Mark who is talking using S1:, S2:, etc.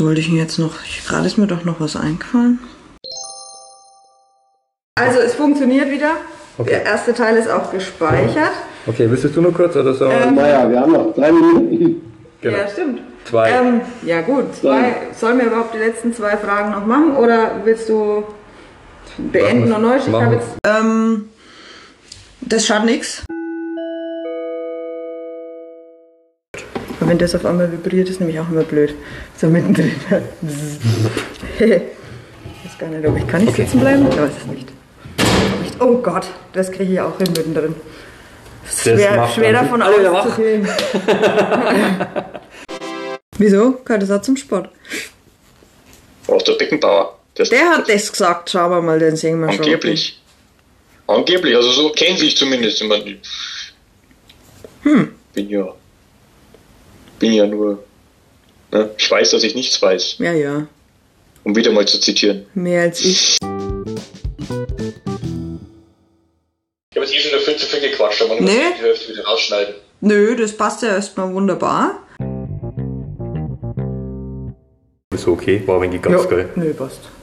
S1: wollte ich denn jetzt noch? Ich- Gerade ist mir doch noch was eingefallen. Also es funktioniert wieder.
S2: Okay.
S1: Der erste Teil ist auch gespeichert.
S2: Okay, wüsstest du nur kurz oder so?
S1: Ähm,
S3: Naja, wir haben noch drei Minuten.
S2: Genau.
S1: Ja, stimmt.
S2: Zwei.
S1: Ähm, ja gut, zwei. Sollen wir überhaupt die letzten zwei Fragen noch machen oder willst du beenden
S2: Machen
S1: und
S2: wir-
S1: neu? Ich
S2: machen
S1: habe
S2: wir.
S1: jetzt. Ähm, das schadet nichts. Wenn das auf einmal vibriert, ist nämlich auch immer blöd. So mittendrin. ich weiß gar nicht, ob ich kann ich sitzen bleiben? Ich weiß es nicht. Ob ich- Oh Gott, das kriege ich auch hin mittendrin.
S2: Das
S1: Schwer,
S2: macht
S1: schwer
S2: dann-
S1: davon
S2: Alle wach.
S1: auszugehen. Wieso? Gehört das auch zum Sport?
S4: Auch der Beckenbauer. Der,
S1: Der hat das gesagt, schauen wir mal, den sehen wir schon.
S4: angeblich. Angeblich, also so kenne ich zumindest. Ich meine,
S1: Hm.
S4: bin ja. Bin ja nur. Ne? Ich weiß, dass ich nichts weiß,
S1: Ja, ja,
S4: um wieder mal zu zitieren.
S1: mehr als ich.
S4: Ich habe jetzt eh schon viel zu viel gequatscht, aber man
S1: Nee.
S4: muss die Hälfte wieder rausschneiden.
S1: Nö, das passt ja erstmal wunderbar.
S2: Ist okay, war ein wenig ganz geil.
S1: nö, passt.